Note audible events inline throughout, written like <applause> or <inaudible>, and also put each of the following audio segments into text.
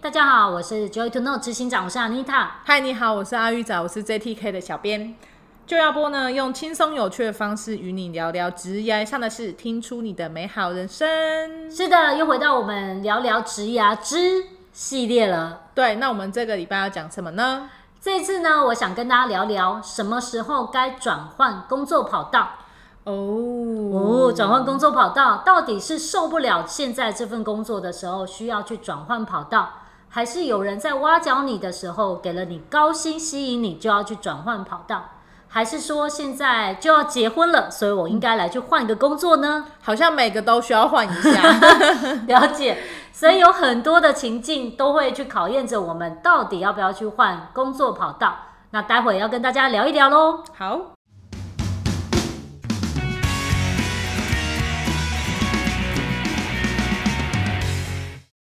大家好，我是 Joy to Know 执行长，我是 Anita。嗨，你好，我是阿玉仔，我是 JTK 的小编。就要播呢，用轻松有趣的方式与你聊聊职业上的事，听出你的美好人生。是的，又回到我们聊聊职涯之系列了。对，那我们这个礼拜要讲什么呢？这一次呢，我想跟大家聊聊什么时候该转换工作跑道。哦哦，转换工作跑道到底是受不了现在这份工作的时候需要去转换跑道，还是有人在挖角你的时候给了你高薪吸引你就要去转换跑道，还是说现在就要结婚了，所以我应该来去换一个工作呢？好像每个都需要换一下。了解，所以有很多的情境都会去考验着我们到底要不要去换工作跑道。那待会要跟大家聊一聊喽。好，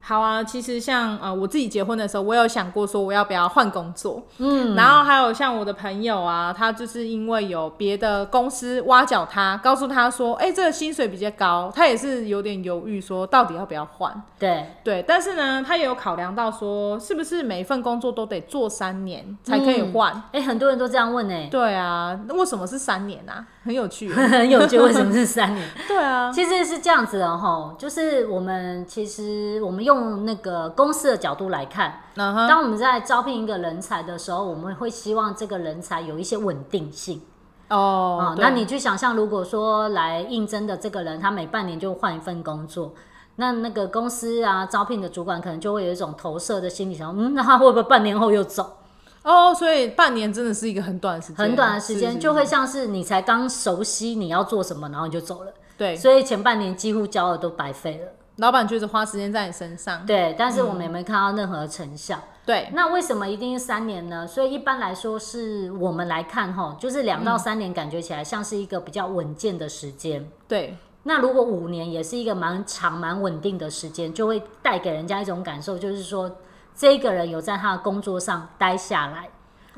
好啊。其实像呃，我自己结婚的时候，我有想过说我要不要换工作。嗯，然后还有像我的朋友啊，他就是因为有别的公司挖角他，告诉他说，哎、这个薪水比较高，他也是有点犹豫，说到底要不要换。对，对，但是呢，他也有考量到说，是不是每一份工作都得做三年才可以换？哎、很多人都这样问呢、对啊，那为什么是三年啊？很有 <laughs> 趣耶。很有趣，为什么是三年？ <laughs> 对啊，其实是这样子的哈，就是我们其实我们用那个公司的角度来看，嗯哼，当我们在招聘一个人才的时候，我们会希望这个人才有一些稳定性。哦哦，，对那你去想象，如果说来应征的这个人，他每半年就换一份工作，那那个公司啊，招聘的主管可能就会有一种投射的心理，想，嗯，那 <laughs> 他会不会半年后又走？哦，所以半年真的是一个很短的时间，很短的时是间，是就会像是你才刚熟悉你要做什么，然后你就走了，对，所以前半年几乎交的都白费了。嗯老板就是花时间在你身上。对，但是我们也没看到任何成效。对，那为什么一定是三年呢？所以一般来说是我们来看哈，就是两到三年，感觉起来像是一个比较稳健的时间。对，那如果五年也是一个蛮长、蛮稳定的时间，就会带给人家一种感受，就是说这个人有在他的工作上待下来，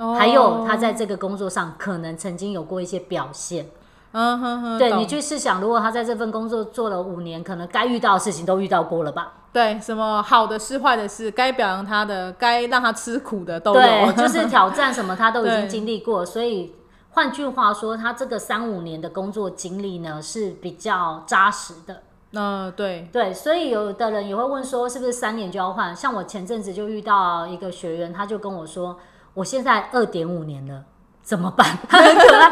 哦还有他，在这个工作上可能曾经有过一些表现。嗯哼哼，对懂你去试想，如果他在这份工作做了五年，可能该遇到的事情都遇到过了吧？对什么好的事、坏的事，该表扬他的，该让他吃苦的哦都有， <laughs> 对，就是挑战什么他都已经对经历过，所以换句话说，他这个三五年的工作经历呢是比较扎实的。嗯、对，对，所以有的人也会问说，是不是三年就要换？像我前阵子就遇到一个学员，他就跟我说，我现在二点五年了，怎么办？ <laughs> 他很可爱，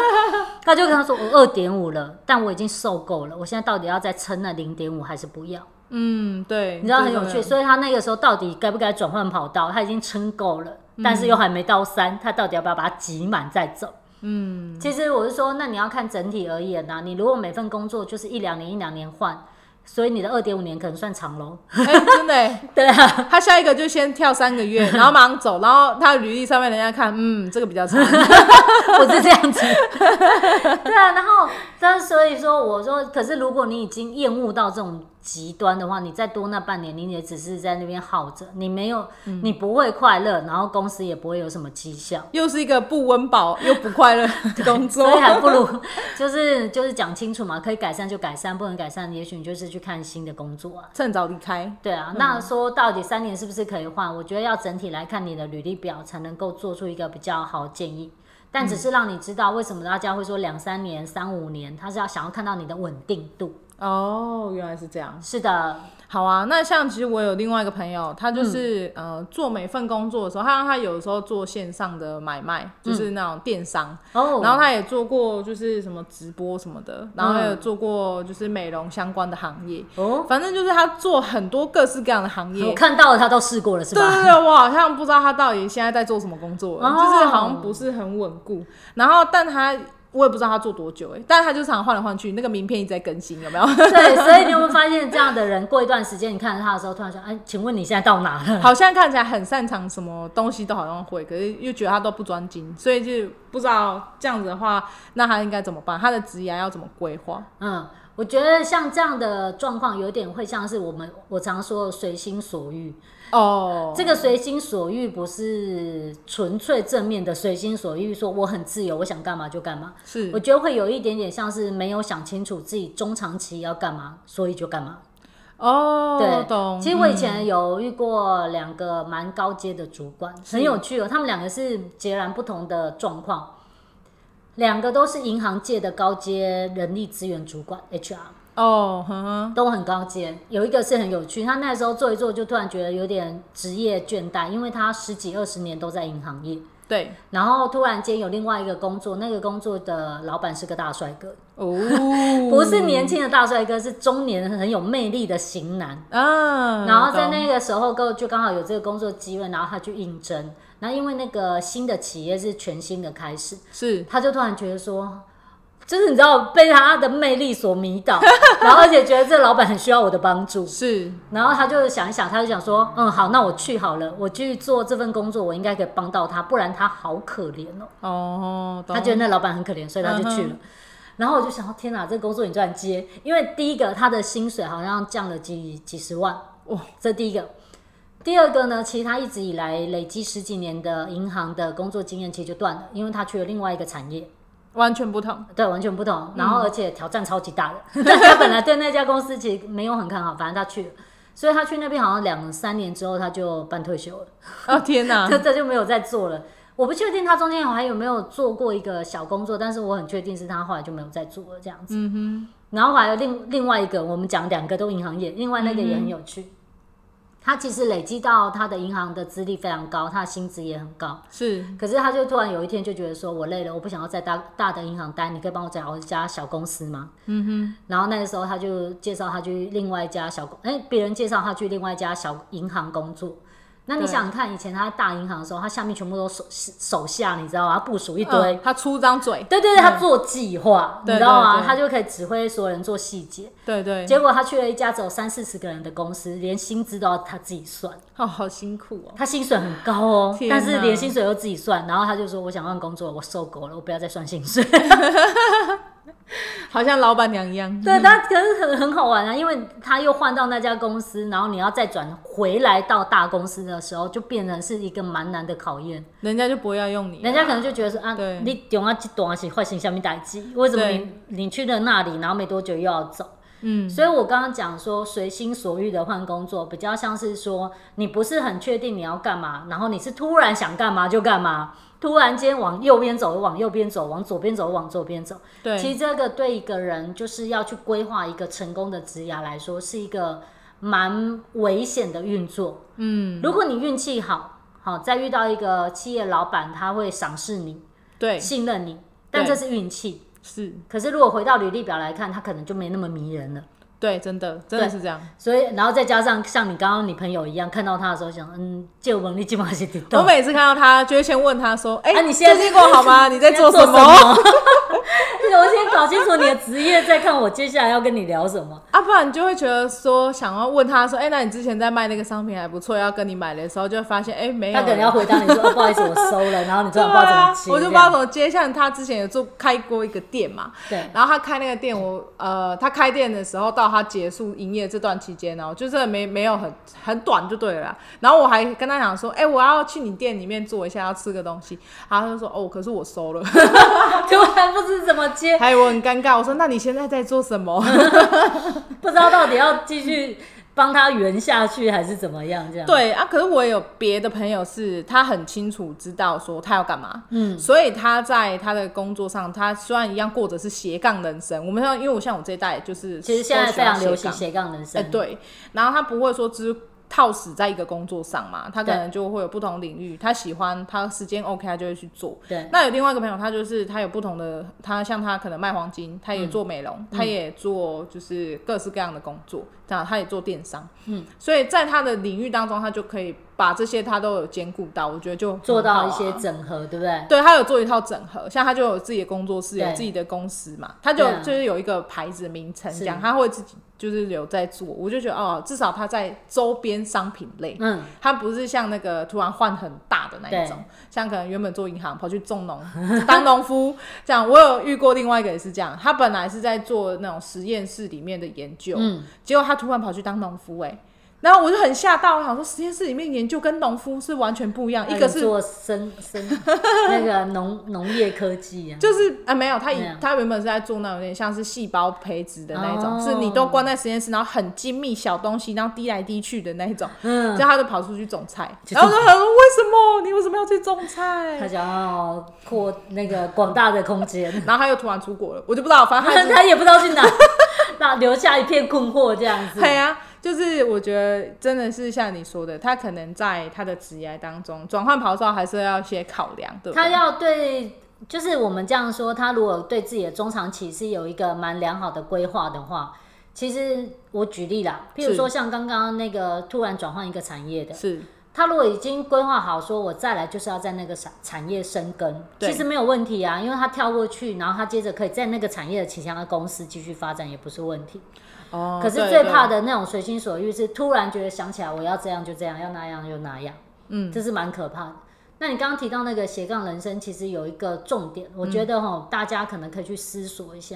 他就跟他说，我二点五了，但我已经受够了，我现在到底要再撑那零点五还是不要？嗯，对，你知道很有对趣，，所以他那个时候到底该不该转换跑道？他已经撑够了，但是又还没到三，他到底要不要把它挤满再走？嗯，其实我是说，那你要看整体而言啊呐、你如果每份工作就是一两年一两年换，所以你的二点五年可能算长喽。对对哎、真的、欸， <laughs> 对啊，他下一个就先跳三 <laughs> 个月，然后马上走，然后他的履历上面人家看，嗯，这个比较长，我是这样子。对啊，然后但是所以说，我说，可是如果你已经厌恶到这种极端的话，你再多那半年，你也只是在那边耗着，你没有，你不会快乐，然后公司也不会有什么绩效。又是一个不温饱又不快 <laughs> 乐的工作，所以还不如 <laughs> 就是就是讲清楚嘛，可以改善就改善，不能改善，也许你就是去看新的工作啊。趁早离开。对啊，那说到底三年是不是可以换？我觉得要整体来看你的履历表，才能够做出一个比较好的建议。但只是让你知道为什么大家会说两三年、三五年，他是要想要看到你的稳定度。哦，原来是这样。是的，好啊，那像其实我有另外一个朋友，他就是、呃做每份工作的时候，他他有时候做线上的买卖，就是那种电商，哦，然后他也做过就是什么直播什么的，然后还有做过就是美容相关的行业，哦，反正就是他做很多各式各样的行业我。看到了，他都试过了，是对吧？对对，我好像不知道他到底现在在做什么工作了，哦就是好像不是很稳固。然后，但他我也不知道他做多久哎、欸但他就常换来换去，那个名片一直在更新，有 <laughs> 没有？对，所以你有没有发现这样的人，过一段时间你看着他的时候，突然说：“哎，请问你现在到哪了？”好像看起来很擅长什么东西都好像会，可是又觉得他都不专精，所以就不知道这样子的话，那他应该怎么办？他的职涯要怎么规划？嗯，我觉得像这样的状况，有点会像是我们我常说的随心所欲。哦，这个随心所欲不是纯粹正面的随心所欲，说我很自由，我想干嘛就干嘛。是我觉得会有一点点像是没有想清楚自己中长期要干嘛，所以就干嘛。对哦，，懂。其实我以嗯前有遇过两个蛮高阶的主管，嗯很有趣哦。他们两个是截然不同的状况，两个都是银行界的高阶人力资源主管 HR，哦，哼哼，都很高阶。有一个是很有趣，他那时候做一做就突然觉得有点职业倦怠，因为他十几二十年都在银行业，对，然后突然间有另外一个工作，那个工作的老板是个大帅哥，，哦 <laughs> 不是年轻的大帅哥，是中年很有魅力的型男。啊，然后在懂那个时候够就刚好有这个工作机会，然后他去应征。然后因为那个新的企业是全新的开始，是他就突然觉得说，就是你知道被他的魅力所迷倒，然后而且觉得这老板很需要我的帮助。是然后他就想一想，他就想说，嗯，好，那我去好了，我去做这份工作，我应该可以帮到他，不然他好可怜哦。哦，懂他觉得那老板很可怜，所以他就去了。嗯然后我就想，天哪，这个工作你居然接？因为第一个他的薪水好像降了几几十万，哇，这第一个。第二个呢，其实他一直以来累积十几年的银行的工作经验，其实就断了，因为他去了另外一个产业，完全不同，对，完全不同。然后而且挑战超级大的，大家本来对那家公司其实没有很看好，反正他去了，所以他去那边好像两三年之后他就办退休了。哦 <laughs> 天哪这，这就没有再做了。我不确定他中间还有没有做过一个小工作，但是我很确定是他后来就没有再做了这样子。嗯然后还有另另外一个，我们讲两个都银行业，另外那个也很有趣。他其实累积到他的银行的资历非常高，他的薪资也很高，哼，是可是他就突然有一天就觉得说，我累了，我不想要在大大的银行待，你可以帮我找一家小公司吗？嗯然后那个时候他就介绍他去另外一家小公，哎，别人介绍他去另外一家小银行工作。那你对想想看，以前他在大银行的时候，他下面全部都手手下，你知道吗？他部署哼，一堆，嗯他出张嘴，对对对，他做计划，你对知道吗？嗯对对他就可以指挥所有人做细节。对对，结果他去了一家只有三四十个人的公司，连薪资都要他自己算，哦，好辛苦哦，他薪水很高哦，天哪但是连薪水都自己算。然后他就说：“我想换工作，我受够了，我不要再算薪水。”好像老板娘一样， <laughs> 对，但可是很很好玩啊，因为他又换到那家公司，然后你要再转回来到大公司的时候，就变成是一个蛮难的考验。人家就不要用你，人家可能就觉得说啊，对你懂啊，这懂啊，是坏心下面代机，为什么你你去了那里，然后没多久又要走？嗯，所以我刚刚讲说，随心所欲的换工作，比较像是说你不是很确定你要干嘛，然后你是突然想干嘛就干嘛，突然间往右边走，往右边走，往左边走，往左边走。对，其实这个对一个人就是要去规划一个成功的职涯来说，是一个蛮危险的运作。嗯，如果你运气好，好再遇到一个企业老板，他会赏识你、对，信任你，但这是运气。是，可是如果回到履历表来看，他可能就没那么迷人了。对，真的，真的是这样。所以，然后再加上像你刚刚你朋友一样，看到他的时候想，嗯，借我能力基本上是得我到。每次看到他，就会先问他说：“哎、啊你现在最近过 <laughs> 好吗？你在做什什么？” <laughs> 么？我先搞清楚你的职业，再看我接下来要跟你聊什么。啊，不然你就会觉得说，想要问他说：“哎、那你之前在卖那个商品还不错，要跟你买的时候，就会发现哎、没有。”他可能要回答你 <laughs> 说、哦不好意思，我收了，然后你突 <laughs> 对然不知道怎啊么，接，我就不知道怎么接。像他之前有做开过一个店嘛，这样然后他开那个店，我呃，他开店的时候到他结束营业这段期间呢，我就真的没没有很很短就对了啦。然后我还跟他讲说，哎、我要去你店里面坐一下，要吃个东西。然后他就说，哦，可是我收了。 <laughs> 对，突 <laughs> 然不知怎么接，还有我很尴尬，我说那你现在在做什么？ <laughs> 不知道到底要继续帮他圆下去还是怎么样，这样对啊，可是我也有别的朋友是，他很清楚知道说他要干嘛，嗯，所以他在他的工作上，他虽然一样过着是斜杠人生，我们像因为我像我这一代就是其实现在都喜非欢常流行斜斜杠杠人哎、生，对，然后他不会说只套死在一个工作上嘛，他可对能就会有不同领域，他喜欢他时间 OK，他就会去做。对那有另外一个朋友，他就是他有不同的，他像他可能卖黄金，他嗯也做美容，他也做就是各式各样的工作，这样他也做电商，嗯，所以在他的领域当中，他就可以把这些他都有兼顾到，我觉得就很做好到啊一些整合，对不对？对他有做一套整合，像他就有自己的工作室，对有自己的公司嘛，他就对啊就是有一个牌子名称，是这样他会自己就是有在做，我就觉得哦，至少他在周边商品类，嗯，他不是像那个突然换很大的那一种对，像可能原本做银行跑去种农 <laughs> 当农夫这样。我有遇过另外一个也是这样，他本来是在做那种实验室里面的研究，嗯结果他突然跑去当农夫、欸，然后我就很吓到，我想说实验室里面研究跟农夫是完全不一样，一个还有是做生生那个农农业科技啊，就是啊、没有，他以没有他原本是在做那种有点像是细胞培植的那一种，哦是你都关在实验室，然后很精密小东西，然后滴来滴去的那一种。嗯然，后他就跑出去种菜，就然后我就很为什么你为什么要去种他菜？想要扩那个广大的空 <laughs> 间，然后他又突然出国了，我就不知道，反正他 <laughs> 就他也不知道去哪，那留下一片困惑这样子。对呀，啊就是我觉得真的是像你说的，他可能在他的职业当中转换跑道还是要一些考量，对不他对？要对，就是我们这样说，他如果对自己的中长期是有一个蛮良好的规划的话，其实我举例啦，譬如是说像刚刚那个突然转换一个产业的，是他如果已经规划好说，我再来就是要在那个产产业深耕，对其实没有问题啊，因为他跳过去，然后他接着可以在那个产业的旗下的公司继续发展，也不是问题。哦，可是对最怕，对的那种随心所欲，是突然觉得想起来我要这样就这样，要那样就那样，嗯，，这是蛮可怕的。那你刚刚提到那个斜杠人生，其实有一个重点，我觉得哈，大家可能可以去思索一下。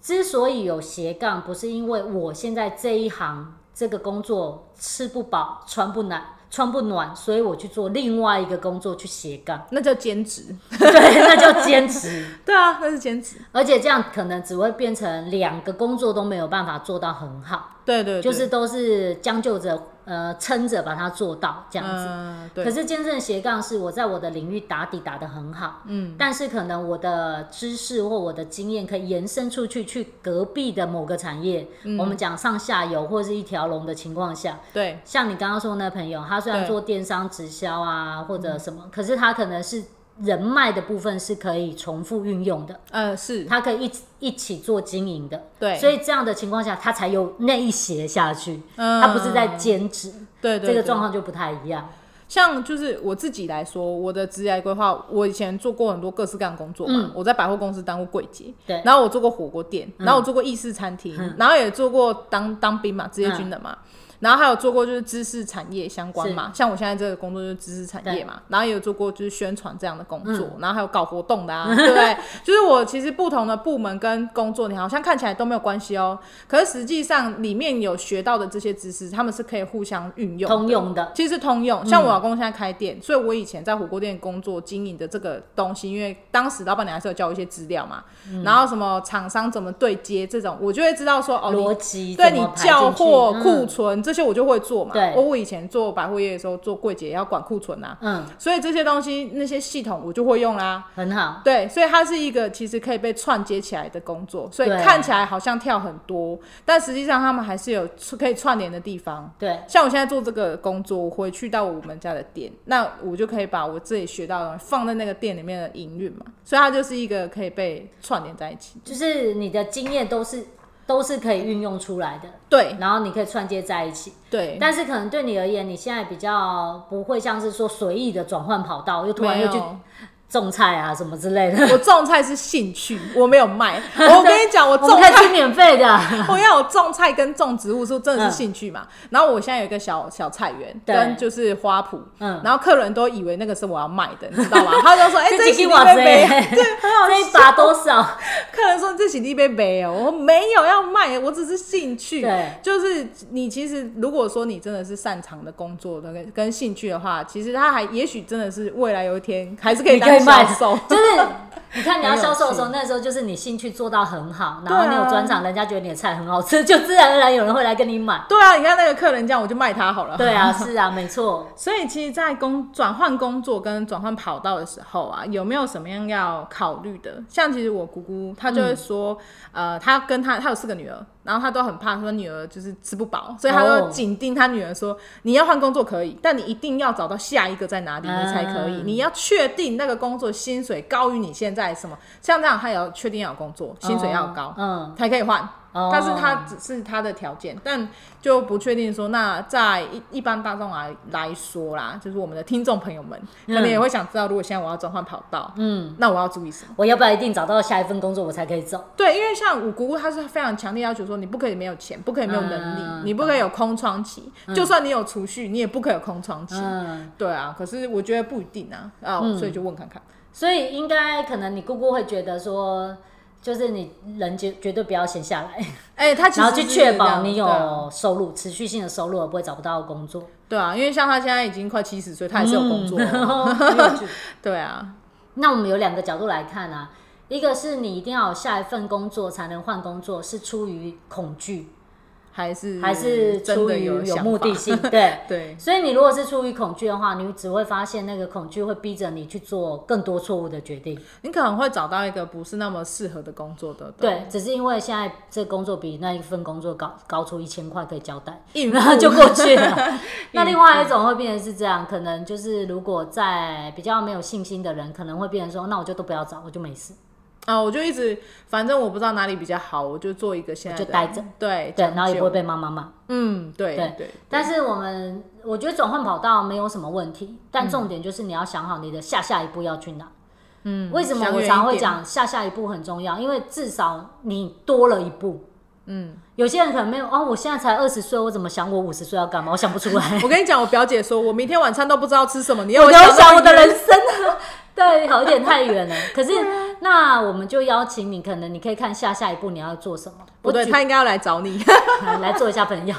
之所以有斜杠，不是因为我现在这一行这个工作吃不饱、穿不暖、穿不暖，所以我去做另外一个工作去斜杠 <laughs> 那叫兼职，对，那叫兼职。对啊，那是兼职，而且这样可能只会变成两个工作都没有办法做到很好。对对，对就是都是将就着呃撑着把它做到这样子。嗯，对可，是真正斜杠是我在我的领域打底打得很好，嗯，但是可能我的知识或我的经验可以延伸出去，去隔壁的某个产业，嗯我们讲上下游或是一条龙的情况下，对，像你刚刚说的那朋友，他虽然对做电商直销啊或者什么，可是他可能是人脉的部分是可以重复运用的，呃，是，他可以一起一起做经营的，对所以这样的情况下，他才有那一斜下去，嗯他不是在兼职，对对，这个对状况就不太一样。像就是我自己来说，我的职业规划，我以前做过很多各式各样的工作嘛。我在百货公司当过柜姐，对然后我做过火锅店，然后我做过意式餐厅，然后也做过当当兵嘛，职业军人嘛。然后还有做过就是知识产业相关嘛，像我现在这个工作就是知识产业嘛，然后也有做过就是宣传这样的工作，然后还有搞活动的啊，对不对？就是我其实不同的部门跟工作，你好像看起来都没有关系哦，可是实际上里面有学到的这些知识，他们是可以互相运用的、通用的其实是通用。像我嗯老公现在开店，所以我以前在火锅店工作经营的这个东西，因为当时老板娘还是有教我一些资料嘛，嗯然后什么厂商怎么对接这种，我就会知道说哦，逻你辑对怎你么排叫进去货、嗯库存这些我就会做嘛。哦对我我以前做百货业的时候，做柜姐也要管库存啊，嗯，所以这些东西那些系统我就会用啦。很好，对，所以它是一个其实可以被串接起来的工作，所以对看起来好像跳很多，但实际上他们还是有可以串联的地方。对，像我现在做这个工作，我回去到我们家的店，那我就可以把我自己学到的东西放在那个店里面的营运嘛，所以它就是一个可以被串联在一起。就是你的经验都是都是可以运用出来的，对然后你可以串接在一起。对，但是可能对你而言，你现在比较不会像是说随意的转换跑道，又突然没又去有。种菜啊什么之类的。我种菜是兴趣，我没有卖。 <laughs> 我跟你讲，我我种们可以菜去免费的，啊我要有种菜跟种植物是真的是兴趣嘛。然后我现在有一个小小菜园，嗯对跟就是花圃，嗯然后客人都以为那个是我要卖的，你 <laughs> 知道吗？他就说：“哎、这这一几期斤你瓦会子 <laughs> 没？”欸对，很好这一把多 <laughs> 少？客人说这洗地杯没哦有，我说没有要卖，我只是兴趣对。就是你其实如果说你真的是擅长的工作的跟跟兴趣的话，其实他还也许真的是未来有一天还是可以你可当以卖销售。就是你看你要销售的时候，很那时候就是你兴趣做到很好，然对啊后你有专场，人家觉得你的菜很好吃，就自然而然有人会来跟你 <laughs> 买。对啊，你看那个客人这样，我就卖他好了。对啊，是啊，没错。所以其实，在工转换工作跟转换跑道的时候啊，有没有什么样要考虑的？像其实我姑姑她就会说，呃，她跟她她有四个女儿，然后她都很怕说女儿就是吃不饱，所以她哦就紧盯她女儿说，你要换工作可以，但你一定要找到下一个在哪里嗯你才可以，你要确定那个工作薪水高于你现在什么，像这样她也要确定要有工作，薪水要高，嗯，才可以换。哦但是它只是它的条件，但就不确定说，那在一一般大众来来说啦，就是我们的听众朋友们，可能也会想知道，如果现在我要转换跑道，嗯，那我要注意什么？我要不要一定找到下一份工作我才可以走？对，因为像我姑姑，她是非常强烈要求说，你不可以没有钱，不可以没有能力，嗯你不可以有空窗期，就算你有储蓄，你也不可以有空窗期。嗯，对啊，可是我觉哦得不一定啊，啊，所以就问看看。所以应该可能你姑姑会觉得说，就是你人绝绝对不要闲 <laughs> 下来，哎、他其实然后去是确这样保你对啊有收入，持续性的收入，而不会找不到工作。对啊，因为像他现在已经快七十岁，他还是有工作、嗯 <laughs> 很有趣 <laughs> 对啊，那我们有两个角度来看啊，一个是你一定要有下一份工作才能换工作，是出于恐惧，还是还是嗯真出的于有想目法的 <laughs> 性？对。对，所以你如果是出于恐惧的话，你只会发现那个恐惧会逼着你去做更多错误的决定。你可能会找到一个不是那么适合的工作的，对，只是因为现在这工作比那一份工作高高出一千块可以交 <laughs> 代，应付 <laughs> 然后就过去 <laughs> 了。 <laughs> 那另外一种会变成是这样，可能就是如果在比较没有信心的人，可能会变成说，那我就都不要找，我就没事。啊、我就一直反正我不知道哪里比较好，我就做一个现在的我就待着，对对，然后也不会被被妈妈骂。嗯，对对对，但是我们我觉得转换跑道没有什么问题，但重点就是你要想好你的下下一步要去哪。嗯，为什么想我远常会一点，讲下下一步很重要？因为至少你多了一步。嗯，有些人可能没有哦，我现在才二十岁，我怎么想我五十岁要干嘛？我想不出来，我跟你讲，我表姐说我明天晚餐都不知道吃什么，你要我想要想到我的你人生。对，好有点太远了。 <laughs> 可是啊那我们就邀请你，可能你可以看下下一步你要做什么。不对，举她应该要来找 <laughs> 你，来来做一下朋友。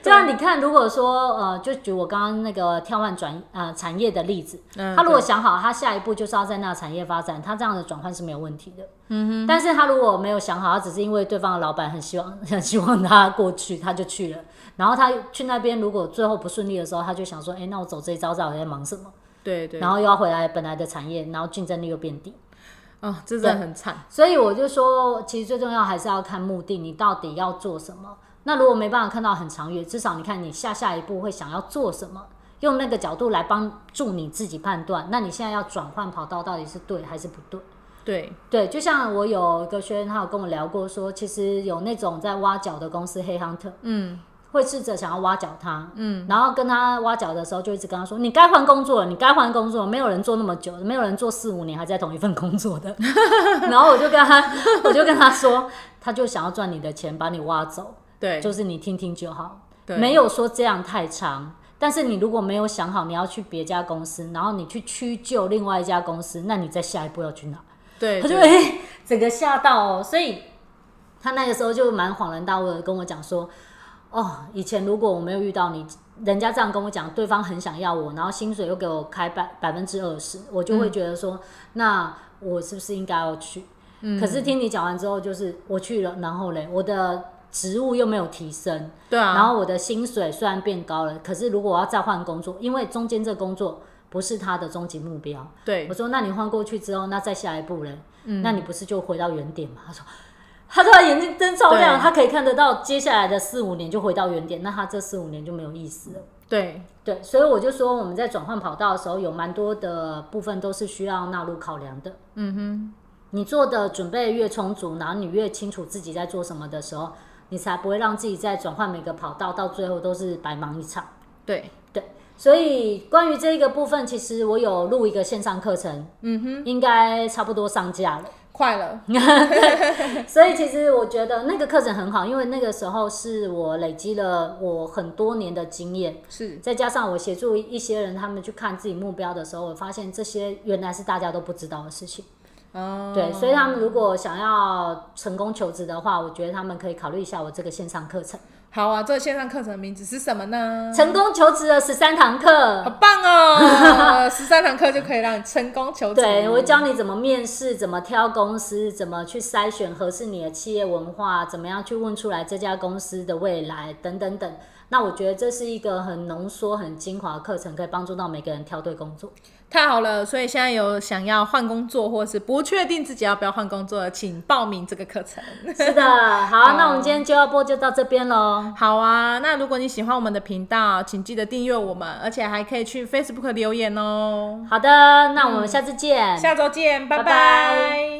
这样你看，如果说呃，就举我刚刚那个跳换转呃产业的例子，嗯他如果想好他下一步就是要在那个产业发展，他这样的转换是没有问题的。嗯哼。但是他如果没有想好，他只是因为对方的老板很希望 <laughs> 很希望他过去，他就去了。然后他去那边，如果最后不顺利的时候，他就想说，哎、那我走这一招，到底在忙什么？对对，然后又要回来本来的产业，然后竞争力又变低。啊，这真的很惨，所以我就说，其实最重要还是要看目的，你到底要做什么。那如果没办法看到很长远，至少你看你下下一步会想要做什么，用那个角度来帮助你自己判断。那你现在要转换跑道，到底是对还是不对？对，对，就像我有一个学员，他有跟我聊过说，其实有那种在挖角的公司黑 hunter 嗯会试着想要挖角他，嗯，然后跟他挖角的时候，就一直跟他说：“你该换工作了，你该换工作了，没有人做那么久，没有人做四五年还在同一份工作 <laughs> 的。”然后我就跟他，我就跟他说，他就想要赚你的钱，把你挖走，对，就是你听听就好，对没有说这样太长。但是你如果没有想好你要去别家公司，然后你去屈就另外一家公司，那你在下一步要去哪？对，他就对哎、整个吓到哦，所以他那个时候就蛮恍然大悟的跟我讲说，哦，以前如果我没有遇到你，人家这样跟我讲，对方很想要我，然后薪水又给我开百百分之二十，我就会嗯觉得说，那我是不是应该要去？嗯可是听你讲完之后，就是我去了，然后嘞，我的职务又没有提升，对啊，然后我的薪水虽然变高了，可是如果我要再换工作，因为中间这工作不是他的终极目标，对我，说那你换过去之后，那再下一步嘞？那你不是就回到原点吗？他说，他说他眼睛真照亮，对他可以看得到接下来的四五年就回到原点，那他这四五年就没有意思了。对，对，所以我就说我们在转换跑道的时候，有蛮多的部分都是需要纳入考量的。嗯哼，你做的准备越充足，然后你越清楚自己在做什么的时候，你才不会让自己在转换每个跑道到最后都是白忙一场。对，对，所以关于这一个部分，其实我有录一个线上课程，嗯哼，应该差不多上架了。 <laughs> 快了，所以其实我觉得那个课程很好，因为那个时候是我累积了我很多年的经验，是，再加上我协助一些人他们去看自己目标的时候，我发现这些原来是大家都不知道的事情。 <laughs> 哦，对，所以他们如果想要成功求职的话，我觉得他们可以考虑一下我这个线上课程好啊，这线上课程的名字是什么呢？——成功求职的十三堂好课。<laughs> 棒哦！十三堂课就可以让你成功求职。对，我会教你怎么面试，怎么挑公司，怎么去筛选合适你的企业文化，怎么样去问出来这家公司的未来等等等。那我觉得这是一个很浓缩、很精华的课程，可以帮助到每个人挑对工作。太好了，所以现在有想要换工作，或是不确定自己要不要换工作的，请报名这个课程。是的，好，那我们今天就要播就到这边喽。好啊，那如果你喜欢我们的频道，请记得订阅我们，而且还可以去 Facebook 留言哦。好的，那我们下次见。下周见，拜拜拜拜